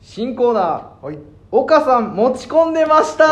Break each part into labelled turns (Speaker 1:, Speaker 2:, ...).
Speaker 1: 新コーナー
Speaker 2: はい
Speaker 1: 岡さん持ち込んでました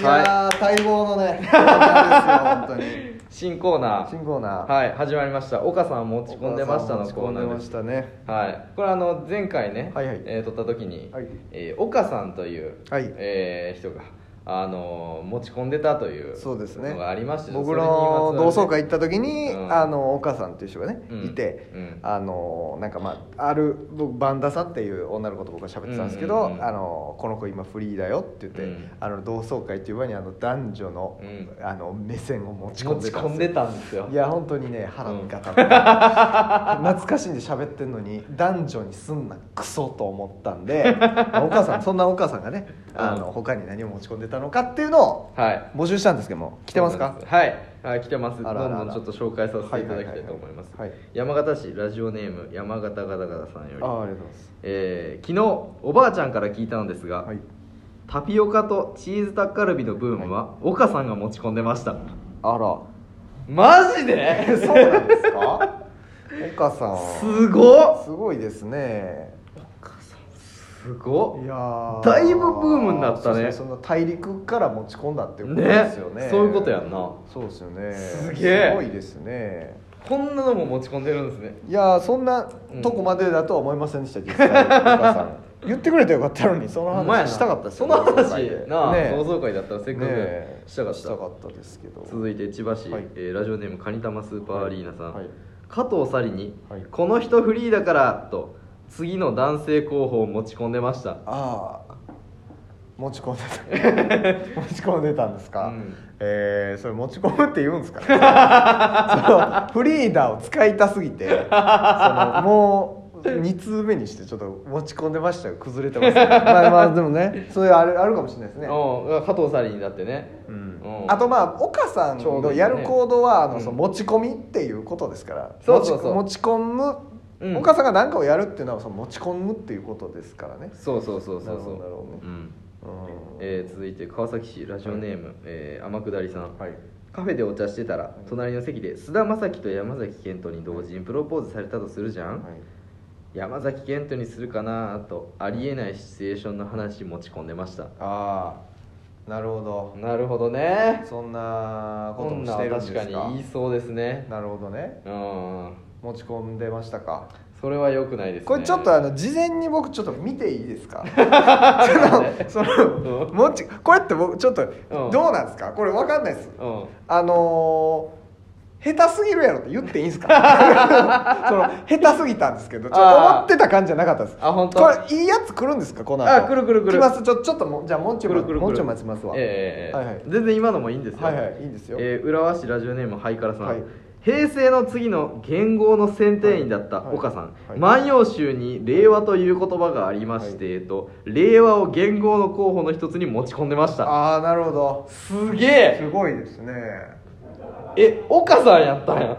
Speaker 2: いやー、待望のね、こちらですよ、本当に。
Speaker 1: 新コーナ
Speaker 2: 新
Speaker 1: ー
Speaker 2: コーナー。
Speaker 1: はい始まりました岡さん持ち込んでましたのコーナ
Speaker 2: 持ち込んで
Speaker 1: ー
Speaker 2: ま
Speaker 1: で
Speaker 2: し
Speaker 1: す
Speaker 2: たね。
Speaker 1: はいこれあの前回ね、
Speaker 2: はいはい
Speaker 1: えー撮った時に、
Speaker 2: はい
Speaker 1: えー岡さんという、
Speaker 2: はい
Speaker 1: えー人があのー持ち込んでたという
Speaker 2: そうですね
Speaker 1: のがありまして
Speaker 2: 僕の同窓会
Speaker 1: っ
Speaker 2: 行った時に、
Speaker 1: うん
Speaker 2: あの岡さんっていう人がね、
Speaker 1: うん
Speaker 2: いて、
Speaker 1: うん
Speaker 2: あのなんかまあある僕バンダさんっていう女の子と僕が喋ってたんですけど、
Speaker 1: うんうんうん
Speaker 2: あのこの子今フリーだよって言って、
Speaker 1: うん
Speaker 2: あの同窓会っていう場にあの男女の,、
Speaker 1: うん
Speaker 2: あの目線を持ち込ん
Speaker 1: 持
Speaker 2: で
Speaker 1: ち
Speaker 2: たん
Speaker 1: 込
Speaker 2: で
Speaker 1: んで
Speaker 2: すよ
Speaker 1: たんですよ
Speaker 2: いや本当にね腹が 立った、懐かしんで喋ってんのに男女にすんなクソと思ったん でまあお母さんそんなお母さんがねあの、
Speaker 1: うん
Speaker 2: 他に何を持ち込んでたのかっていうのを
Speaker 1: はい
Speaker 2: 募集したんですけども来てますか
Speaker 1: はい、はい、来てます
Speaker 2: あらあらあら
Speaker 1: どんどんちょっと紹介させていただきたいと思います、
Speaker 2: はいはい
Speaker 1: 山形市ラジオネーム山形ガタガタさんより
Speaker 2: あありがとうございます
Speaker 1: えー昨日おばあちゃんから聞いたのですが、
Speaker 2: はい
Speaker 1: タピオカとチーズタッカルビのブームは、岡さんが持ち込んでました
Speaker 2: あら
Speaker 1: マジで
Speaker 2: そうなんですかお母さん
Speaker 1: すごっ
Speaker 2: すごいですね
Speaker 1: すごっ
Speaker 2: いやー
Speaker 1: だいぶブームになったね
Speaker 2: そうですその大陸から持ち込んだっていうことですよね
Speaker 1: ねそういうことやんな
Speaker 2: そうですよね
Speaker 1: すげえ
Speaker 2: すごいですね
Speaker 1: こんなのも持ち込んでるんですね
Speaker 2: いやーそんなとこまでだとは思いませんでした、実際お母さん言ってくれてよかったのにその
Speaker 1: ほんまや
Speaker 2: 話
Speaker 1: な
Speaker 2: したかったです
Speaker 1: そ
Speaker 2: よ
Speaker 1: の
Speaker 2: 同窓会
Speaker 1: 話
Speaker 2: で
Speaker 1: なあ、
Speaker 2: ね
Speaker 1: 同窓会だったらせっか
Speaker 2: ね
Speaker 1: くしたかった,、
Speaker 2: したかったですけど
Speaker 1: 続いて千葉市、
Speaker 2: はい
Speaker 1: えーラジオネームカニタマスーパーアリーナさん、
Speaker 2: はいはい
Speaker 1: 加藤紗里に、
Speaker 2: はい
Speaker 1: この人フリーだから」と次の男性候補を持ち込んでました
Speaker 2: ああ持ち込んでた 持ち込んでたんですか、
Speaker 1: うん
Speaker 2: えーそれ持ち込むって言うんですかねそのフリーダーを使いたすぎてそのもう2通目にしてちょっと持ち込んでましたよ崩れ てます、ね、まあまあでもねそういうあるあるかもしれないですね
Speaker 1: うん、加藤沙莉にだってね、
Speaker 2: うんあとまあ岡さんのやる行動はあのその持ち込みっていうことですから
Speaker 1: そうそうそう
Speaker 2: 持ち持ち込む、
Speaker 1: うん
Speaker 2: 岡さんが何かをやるっていうのはその持ち込むっていうことですからね、
Speaker 1: そうそうそうそうそ
Speaker 2: なるほどなるほどね
Speaker 1: う、うん
Speaker 2: うん
Speaker 1: えー続いて川崎市ラジオネーム、えー天下りさん、
Speaker 2: はい
Speaker 1: カフェでお茶してたら隣の席で菅田将暉と山崎賢人に同時にプロポーズされたとするじゃん、
Speaker 2: はい
Speaker 1: 山崎賢人にするかなとありえないシチュエーションの話持ち込んでました
Speaker 2: ああなるほど
Speaker 1: なるほどね
Speaker 2: そんなこと
Speaker 1: こん
Speaker 2: も
Speaker 1: な
Speaker 2: してるんです
Speaker 1: 確
Speaker 2: か
Speaker 1: かに言いそうですね
Speaker 2: なるほどね
Speaker 1: うん
Speaker 2: 持ち込んでましたか
Speaker 1: それは良くないですね
Speaker 2: これちょっ とあの事前に僕ちょっと見ていいですかそのその
Speaker 1: うん
Speaker 2: 持ちこれって僕ちょっと
Speaker 1: うん
Speaker 2: どうなんですかこれわかんないです
Speaker 1: うん
Speaker 2: あのー下手すぎるやろって言っていいんで すかその下手すぎたんですけどちょっと
Speaker 1: あー
Speaker 2: 思ってた感じじゃなかったです
Speaker 1: あ本当
Speaker 2: これいいやつ来るんですかこの後
Speaker 1: あ来る来る来る
Speaker 2: 来ますちょちょっともうじゃあもうちょい
Speaker 1: くるくるくる
Speaker 2: もうちょい待ちますわ、
Speaker 1: ええええ
Speaker 2: はいはい
Speaker 1: 全然今のもいいんですよ
Speaker 2: はいはいいいですよ
Speaker 1: えー浦和市ラジオネームハイカラさん、
Speaker 2: はい
Speaker 1: 平成の次の元号の選定員だった
Speaker 2: はい
Speaker 1: 岡さん、
Speaker 2: はい
Speaker 1: 万葉集に「令和」という言葉がありまして、と令和を元号の候補の一つに持ち込んでました
Speaker 2: ああなるほど
Speaker 1: すげえ
Speaker 2: すごいですね
Speaker 1: え岡さんやったんや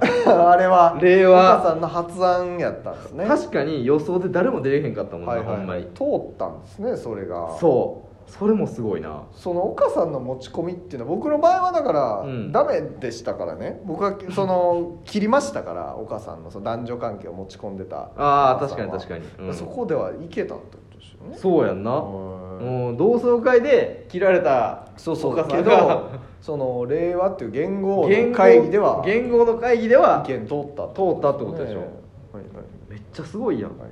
Speaker 2: あれは
Speaker 1: 令和
Speaker 2: 岡さんの発案やったんです ね
Speaker 1: 確かに予想で誰も出れへんかったもんな、
Speaker 2: はいは
Speaker 1: ほんま
Speaker 2: い
Speaker 1: に
Speaker 2: 通ったんですねそれが
Speaker 1: そうそれもすごいな
Speaker 2: その岡さんの持ち込みっていうのは僕の場合はだから、
Speaker 1: うん
Speaker 2: ダメでしたからね僕は その切りましたから岡さんのその男女関係を持ち込んでた
Speaker 1: あー
Speaker 2: 岡さんは
Speaker 1: 確かに確かにうん
Speaker 2: そこではいけたってことですよね
Speaker 1: そうやんな
Speaker 2: はい
Speaker 1: うん同窓会で切られた
Speaker 2: そうそう
Speaker 1: 岡さ
Speaker 2: け
Speaker 1: んが
Speaker 2: どその令和っていう言語
Speaker 1: 言
Speaker 2: の
Speaker 1: 語
Speaker 2: 会議では意
Speaker 1: 言語の会議では
Speaker 2: 見通った
Speaker 1: 通ったってことでしょ
Speaker 2: ねはいはい
Speaker 1: めっちゃすごいやん、
Speaker 2: はいはい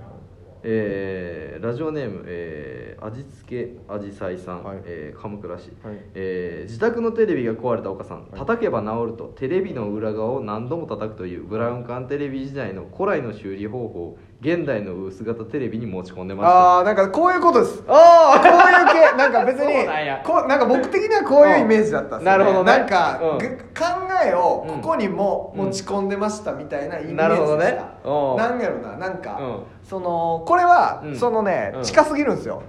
Speaker 1: えーラジオネーム、えー味付けあじさいさん、
Speaker 2: はい
Speaker 1: えー、鎌倉市、
Speaker 2: はい
Speaker 1: えー自宅のテレビが壊れた岡さん、
Speaker 2: い
Speaker 1: 叩けば治るとテレビの裏側を何度も叩くというブラウン管テレビ時代の古来の修理方法を現代の薄型テレビに持ち込んでました
Speaker 2: ああなんかこういうことです
Speaker 1: あ
Speaker 2: こういう系なんか別
Speaker 1: そう
Speaker 2: に
Speaker 1: なんや
Speaker 2: こうなんか僕的にはこういうイメージだったんですよ、
Speaker 1: なるほどね
Speaker 2: なんか、
Speaker 1: うん
Speaker 2: ぐ考えをここにも
Speaker 1: うん
Speaker 2: 持ち込んでましたみたいなイメージでし
Speaker 1: な
Speaker 2: た、
Speaker 1: るほどねうん
Speaker 2: なんやろななんか、
Speaker 1: うん
Speaker 2: そのこれは、
Speaker 1: うん
Speaker 2: そのね、
Speaker 1: うん
Speaker 2: 近すぎるんで すよ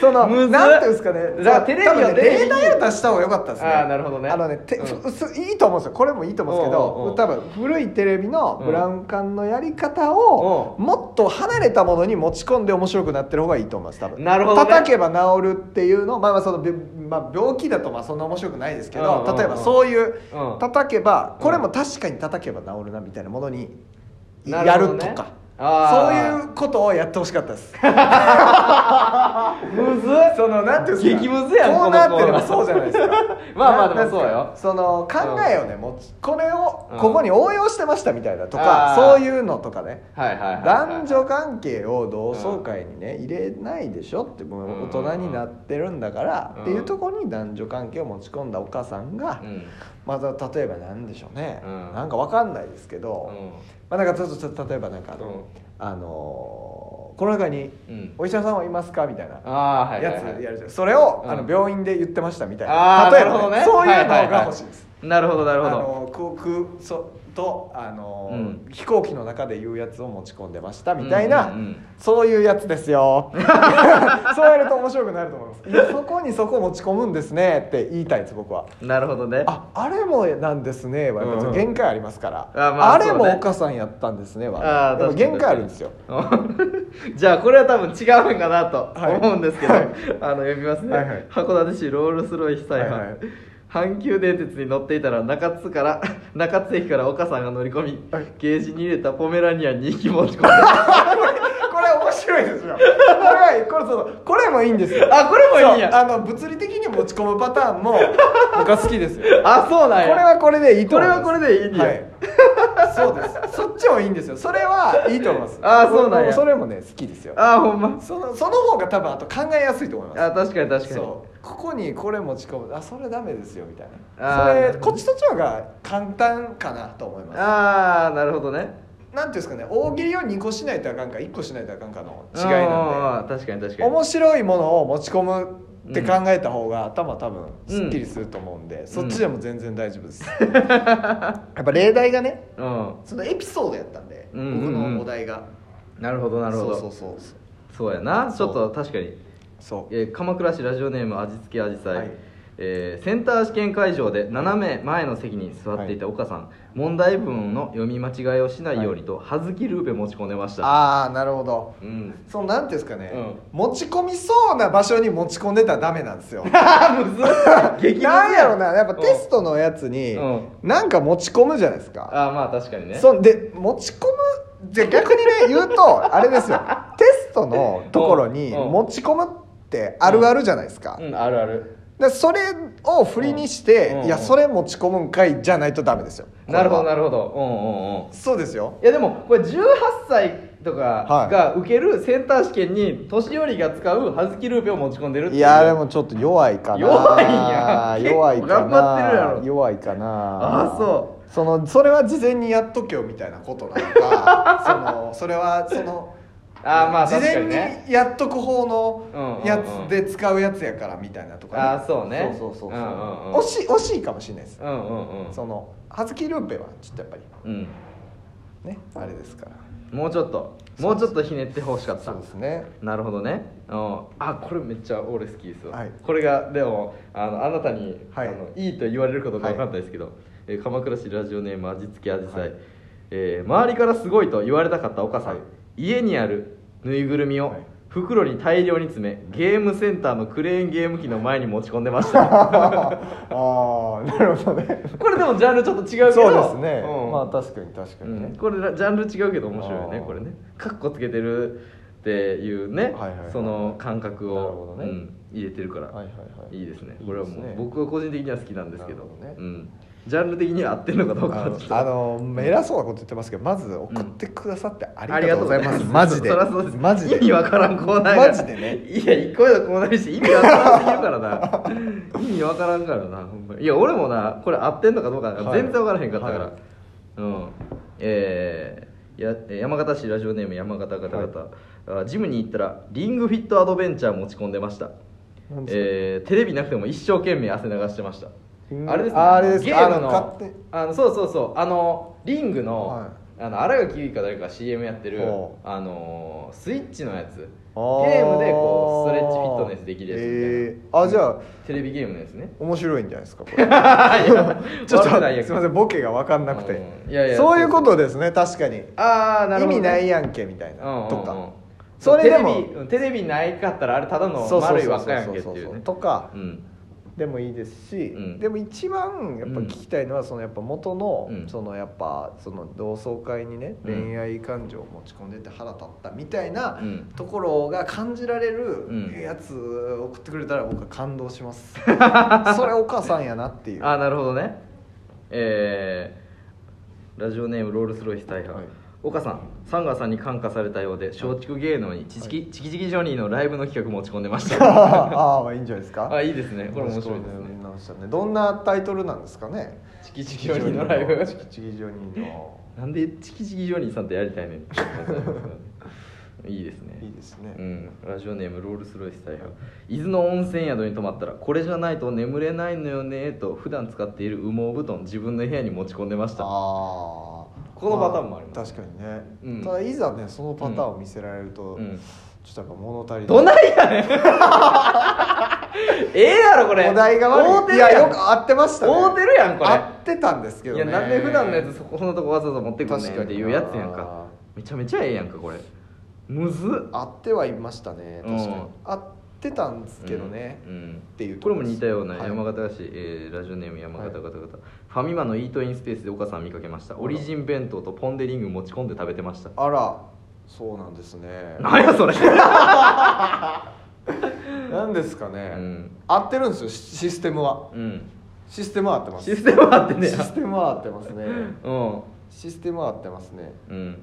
Speaker 2: その
Speaker 1: むずっ
Speaker 2: なんていうんですかね
Speaker 1: じゃあテレビを
Speaker 2: 多分ね
Speaker 1: テレビ
Speaker 2: 例題を出した方が良かったですね
Speaker 1: あーなるほどね
Speaker 2: あのねて、
Speaker 1: うん
Speaker 2: ふすいいと思うんですよこれもいいと思うんですけど
Speaker 1: おうおうおう
Speaker 2: 多分古いテレビのブラウン管のやり方を、
Speaker 1: う
Speaker 2: もっと離れたものに持ち込んで面白くなってる方がいいと思います多分
Speaker 1: なるほどね
Speaker 2: 叩けば治るっていうのまあまあその、びまあ、病気だとまあそんな面白くないですけど、
Speaker 1: うんうんうん
Speaker 2: 例えばそういう、
Speaker 1: うん
Speaker 2: 叩けばこれも確かに叩けば治るなみたいなものに
Speaker 1: な
Speaker 2: や
Speaker 1: る
Speaker 2: る
Speaker 1: ほど
Speaker 2: と
Speaker 1: ね
Speaker 2: か、そう
Speaker 1: あ
Speaker 2: いうことをやってほしかったです
Speaker 1: ーむずっ
Speaker 2: そのなんていうんですか
Speaker 1: 激ムズやん
Speaker 2: こ
Speaker 1: こ
Speaker 2: う
Speaker 1: の
Speaker 2: な
Speaker 1: コ
Speaker 2: って
Speaker 1: ー
Speaker 2: れ
Speaker 1: ナー
Speaker 2: ばそうじゃないですか
Speaker 1: ま あまあ
Speaker 2: な
Speaker 1: でもそうよ
Speaker 2: なんですかその考えをねもちこれを
Speaker 1: うん
Speaker 2: ここに応用してましたみたいなとか
Speaker 1: あー
Speaker 2: そういうのとかね
Speaker 1: はいはいはいはい
Speaker 2: 男女関係を同窓会にね入れないでしょってもう大人になってるんだから
Speaker 1: うん
Speaker 2: っていうところに男女関係を持ち込んだお母さんが
Speaker 1: うん
Speaker 2: また例えばなんでしょうね
Speaker 1: うん
Speaker 2: なんかわかんないですけ
Speaker 1: う
Speaker 2: ど
Speaker 1: ん
Speaker 2: まあなんかちょっと例えばなんかあ
Speaker 1: うん
Speaker 2: のあのーこの中に
Speaker 1: うん
Speaker 2: お医者さんはいますかみたいな
Speaker 1: ああはい
Speaker 2: や
Speaker 1: はい
Speaker 2: つ
Speaker 1: はい
Speaker 2: やるじゃんそれを
Speaker 1: うん
Speaker 2: あの病院で言ってましたみたい
Speaker 1: あ
Speaker 2: な
Speaker 1: ー
Speaker 2: 例え
Speaker 1: なるほ
Speaker 2: ば
Speaker 1: ど
Speaker 2: ね
Speaker 1: ね
Speaker 2: そういうの
Speaker 1: はいはいは
Speaker 2: が
Speaker 1: い
Speaker 2: 欲しいです
Speaker 1: なるほどな
Speaker 2: あ
Speaker 1: るほど
Speaker 2: の航空そとあの
Speaker 1: う
Speaker 2: ー、
Speaker 1: ん
Speaker 2: 飛行機の中で言うやつを持ち込んでましたみたいな、
Speaker 1: うんうんうん
Speaker 2: そういうやつです よ そうやると面白くなると思いますいやそこにそこ持ち込むんですねって言いたいです僕は
Speaker 1: なるほどね
Speaker 2: ああれもなんですねはやっぱちょっと限界ありますから、
Speaker 1: うんあまあ
Speaker 2: れ
Speaker 1: そう
Speaker 2: も
Speaker 1: ね
Speaker 2: お母さんやったんですねは
Speaker 1: あー
Speaker 2: やっぱ
Speaker 1: 確かに
Speaker 2: 限界あるんですよ
Speaker 1: じゃあこれは多分違うんかなと
Speaker 2: はい
Speaker 1: 思うんですけど、
Speaker 2: はい
Speaker 1: あの読みますね、
Speaker 2: はいはい
Speaker 1: 函館市ロールスロイス再販、
Speaker 2: はいはい
Speaker 1: 阪急電鉄に乗っていたら中津から 中津駅から岡さんが乗り込み、
Speaker 2: はい
Speaker 1: ゲージに入れたポメラニアン2匹持ち込ん だ
Speaker 2: これ面白いですよこれはこれそうこれもいいんですよ
Speaker 1: あこれもいいんや
Speaker 2: そうあの物理的に持ち込むパターンも僕は好きですよ
Speaker 1: あそうなんや
Speaker 2: これはこれでいいと
Speaker 1: こ
Speaker 2: 思
Speaker 1: れ
Speaker 2: います
Speaker 1: はこれでいいんや、
Speaker 2: はいそうですそっちもいいんですよそれはいいと思います
Speaker 1: あーそうなんや
Speaker 2: それもね好きですよ
Speaker 1: あほんま
Speaker 2: そのその方が多分あと考えやすいと思います
Speaker 1: あ確かに確かに
Speaker 2: そうここにこれ持ち込むあそれダメですよみたい
Speaker 1: あ
Speaker 2: な
Speaker 1: ーなるほど
Speaker 2: それこっちとっちの方が簡単かなと思います
Speaker 1: ああなるほどね
Speaker 2: なんていうんですかね大喜利を2個しないとあかんか1個しないとあかんかの違いなんで
Speaker 1: あー確かに確かに
Speaker 2: 面白いものを持ち込むって考えた方が頭多分すっきりすると思うんで、そっちでも全然大丈夫です やっぱ例題がね
Speaker 1: うん
Speaker 2: そのエピソードやったんで、
Speaker 1: うんうんうん
Speaker 2: 僕のお題が
Speaker 1: なるほどなるほど
Speaker 2: そうそうそう
Speaker 1: そうやなち
Speaker 2: そう
Speaker 1: ょっと確かに
Speaker 2: そう
Speaker 1: えー鎌倉市ラジオネーム味付けあじさい、
Speaker 2: はい
Speaker 1: えーセンター試験会場で斜め前の席に座っていた岡さん、問題文の読み間違いをしないようにと葉月ルーペ持ち込んでました、
Speaker 2: ああなるほど
Speaker 1: うん
Speaker 2: そのなんていうんですかね、
Speaker 1: うん
Speaker 2: 持ち込みそうな場所に持ち込んでたらダメなんですよ
Speaker 1: あむずっ 激ムズ
Speaker 2: なんやろなやっぱ
Speaker 1: うん
Speaker 2: テストのやつに
Speaker 1: うん
Speaker 2: なんか持ち込むじゃないですか、
Speaker 1: あーまあ確かにね
Speaker 2: そんで持ち込むじゃあ逆にね言うとあれ ですよテストのところに
Speaker 1: うんうん
Speaker 2: 持ち込むってあるあるじゃないですか、
Speaker 1: うんあるある
Speaker 2: でそれを振りにして、
Speaker 1: うんうん
Speaker 2: いやそれ持ち込むんかいじゃないとダメですよ
Speaker 1: なるほど
Speaker 2: これ
Speaker 1: なる
Speaker 2: は
Speaker 1: ほどうんうんうん
Speaker 2: そうですよ
Speaker 1: いやでもこれ18歳とか
Speaker 2: はい
Speaker 1: が受けるセンター試験に年寄りが使う葉月ルーペを持ち込んでるって
Speaker 2: いうやでもちょっと弱いかな
Speaker 1: 弱いやん結構
Speaker 2: 弱いかな
Speaker 1: 頑張ってるやろ
Speaker 2: 弱いかな
Speaker 1: あそう
Speaker 2: そのそれは事前にやっとけよみたいなことなのかそ のそれはその
Speaker 1: あーまあ
Speaker 2: 事
Speaker 1: 確か
Speaker 2: 前
Speaker 1: にね
Speaker 2: にやっとく
Speaker 1: う
Speaker 2: 方
Speaker 1: んうん
Speaker 2: の
Speaker 1: うん
Speaker 2: やつで使うやつやからみたいなとか、
Speaker 1: あーそうね
Speaker 2: そうそうそうそう
Speaker 1: うんうんうん
Speaker 2: 惜しい惜しいかもしれないです、
Speaker 1: うんうんうん
Speaker 2: その葉月ルーペはちょっとやっぱり
Speaker 1: うん
Speaker 2: ねあれですから
Speaker 1: もうちょっともうちょっとひねってほしかった
Speaker 2: そうです ね
Speaker 1: なるほどねうんあこれめっちゃ俺好きですよ、
Speaker 2: はい
Speaker 1: これがでもあのあなたに、
Speaker 2: はい
Speaker 1: い、あのいいと言われることが分かんないですけど、えー鎌倉市ラジオネーム味付けあじさい、えー周りからすごいと言われたかった岡さん、
Speaker 2: はい
Speaker 1: 家にあるぬいぐるみを
Speaker 2: はい
Speaker 1: 袋に大量に詰めゲームセンターのクレーンゲーム機の前に持ち込んでました
Speaker 2: ああなるほどね
Speaker 1: これでもジャンルちょっと違うけど
Speaker 2: そうですね、
Speaker 1: うん
Speaker 2: まあ確かに確かにね、
Speaker 1: うんこれらジャンル違うけど面白いよ
Speaker 2: あ
Speaker 1: ね
Speaker 2: ー
Speaker 1: これねカッコつけてるっていうね、
Speaker 2: はいはいはい
Speaker 1: その感覚
Speaker 2: なるほ
Speaker 1: を、
Speaker 2: どね
Speaker 1: うん入れてるから、
Speaker 2: はいはいはい
Speaker 1: いですね
Speaker 2: いいですね
Speaker 1: これはもう僕は個人的には好きなんですけど
Speaker 2: なるほどね
Speaker 1: うん、ジャンル的には合ってるのかどうか
Speaker 2: あ
Speaker 1: は
Speaker 2: の
Speaker 1: ちょっと
Speaker 2: あの偉そうなこと言ってますけどまず送ってくださってあ
Speaker 1: あ
Speaker 2: り
Speaker 1: り
Speaker 2: が
Speaker 1: が
Speaker 2: と
Speaker 1: と
Speaker 2: う
Speaker 1: う
Speaker 2: ご
Speaker 1: ござ
Speaker 2: ざい
Speaker 1: い
Speaker 2: ま、
Speaker 1: ますす。
Speaker 2: マジで
Speaker 1: そりゃそうです。
Speaker 2: マジで
Speaker 1: 意味わからんコーナーが
Speaker 2: マジでね
Speaker 1: いや、一個目のコーナーにして意味わからんすぎるから な。意味わからんからな、ほんまに。いや、俺もな、これ合ってんのかどうか
Speaker 2: はい
Speaker 1: 全然わからへんかったから。
Speaker 2: はい
Speaker 1: うん。えーやえー山形市ラジオネーム山形方々、あジムに行ったらリングフィットアドベンチャー持ち込んでました
Speaker 2: 何ですか
Speaker 1: えーテレビなくても一生懸命汗流してました
Speaker 2: リング
Speaker 1: あれですね
Speaker 2: ああれですか
Speaker 1: ゲームの
Speaker 2: あの買って
Speaker 1: あのそうそうそうあのリングの、
Speaker 2: は
Speaker 1: あの新垣結衣か誰かが CM やってる
Speaker 2: ほ
Speaker 1: あのースイッチのやつゲ
Speaker 2: あー
Speaker 1: ームでこうストレッチフィットネスできるやつみたいな、
Speaker 2: えーあじゃあ
Speaker 1: テレビゲームのやつ ね
Speaker 2: 面白いんじゃないですかこ れ
Speaker 1: いや
Speaker 2: ちょっと
Speaker 1: 悪
Speaker 2: す
Speaker 1: くないやん
Speaker 2: みませんボケが分かんなくて、
Speaker 1: うんいやいや
Speaker 2: そういうことですね確かに
Speaker 1: ああなる
Speaker 2: 意
Speaker 1: ほどね、
Speaker 2: 味ないやんけみたいな、
Speaker 1: うんうんうん
Speaker 2: とか
Speaker 1: そ
Speaker 2: そ
Speaker 1: れ
Speaker 2: れで
Speaker 1: で
Speaker 2: も
Speaker 1: もテレビうんテレビないかったらあれただの
Speaker 2: そうそう
Speaker 1: 丸い
Speaker 2: そう
Speaker 1: 輪っ
Speaker 2: そう
Speaker 1: かやんけっていうね
Speaker 2: とか
Speaker 1: うん
Speaker 2: でもいいですし、
Speaker 1: うん
Speaker 2: でも一番やっぱ聞きたいのはそのやっぱ元の、
Speaker 1: うん
Speaker 2: そのやっぱその同窓会にね、
Speaker 1: うん
Speaker 2: 恋愛感情を持ち込んでて腹立ったみたいな
Speaker 1: うん
Speaker 2: ところが感じられ
Speaker 1: うん
Speaker 2: るやつ送ってくれたら僕は感動 します、それお母さんやなっていう
Speaker 1: あなるほどねえーラジオネームロールスロイス大破、
Speaker 2: はい
Speaker 1: 岡さんサンガさんに感化されたようで松竹芸能にチチキ、チキチキジョニーのライブの企画持ち込んでました
Speaker 2: ああいいんじゃないですか
Speaker 1: あいいですねこれ面白いですね
Speaker 2: 面白いですねどんなタイトルなんですかね
Speaker 1: チキチキジョニーのライブ
Speaker 2: チキチキジョニーの
Speaker 1: なんでチキチキジョニーさんってやりたいねん いいですね
Speaker 2: いいですね、
Speaker 1: うん、ラジオネームロールスロイス大破伊豆の温泉宿に泊まったらこれじゃないと眠れないのよねと普段使っている羽毛布団自分の部屋に持ち込んでました
Speaker 2: ああ
Speaker 1: このパターンもあります
Speaker 2: 確かにね、
Speaker 1: うん
Speaker 2: ただいざねそのパターンを見せられると、
Speaker 1: うん
Speaker 2: ちょっとやっぱ物足り
Speaker 1: どないや ねんええやろこれ
Speaker 2: お題が
Speaker 1: 合う
Speaker 2: 悪
Speaker 1: て
Speaker 2: いい
Speaker 1: るやん
Speaker 2: やよく合ってましたね
Speaker 1: 合うてるやんこれ
Speaker 2: 合ってたんですけど
Speaker 1: い
Speaker 2: ね
Speaker 1: やなんで普段のやつそこそんなとこわざわざ持ってくんねん
Speaker 2: 確か
Speaker 1: っ
Speaker 2: に
Speaker 1: ていうやつやんかめちゃめちゃええやんかこれむずっ
Speaker 2: 合ってはいましたね確かに、
Speaker 1: うん
Speaker 2: 合ってたんですけどね、
Speaker 1: うんうん
Speaker 2: っていう
Speaker 1: これも似たような
Speaker 2: はい
Speaker 1: 山形市、えーラジオネーム山形方々、ファミマのイートインスペースで岡さん見かけましたオリジン弁当とポン・デ・リング持ち込んで食べてました
Speaker 2: あらそう なんですね
Speaker 1: なんやそれ
Speaker 2: なんですかね、
Speaker 1: うん
Speaker 2: 合ってるんですよシシステムは
Speaker 1: うん
Speaker 2: システムは合ってます
Speaker 1: システムあってね
Speaker 2: システムは合ってますね
Speaker 1: うん
Speaker 2: システムは合ってますね
Speaker 1: うん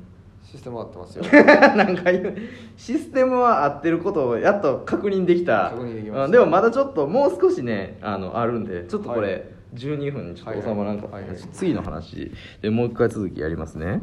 Speaker 2: システムは合ってますよ
Speaker 1: なんか言うシステムは合ってることをやっと確認できた
Speaker 2: 確認できました
Speaker 1: うんでもまだちょっともう少しねあのあるんでちょっとこれ、
Speaker 2: はい
Speaker 1: 12分にちょっと収まらんかったんで、
Speaker 2: はいはいはいはい
Speaker 1: 次の話でもう一回続きやりますね、
Speaker 2: はい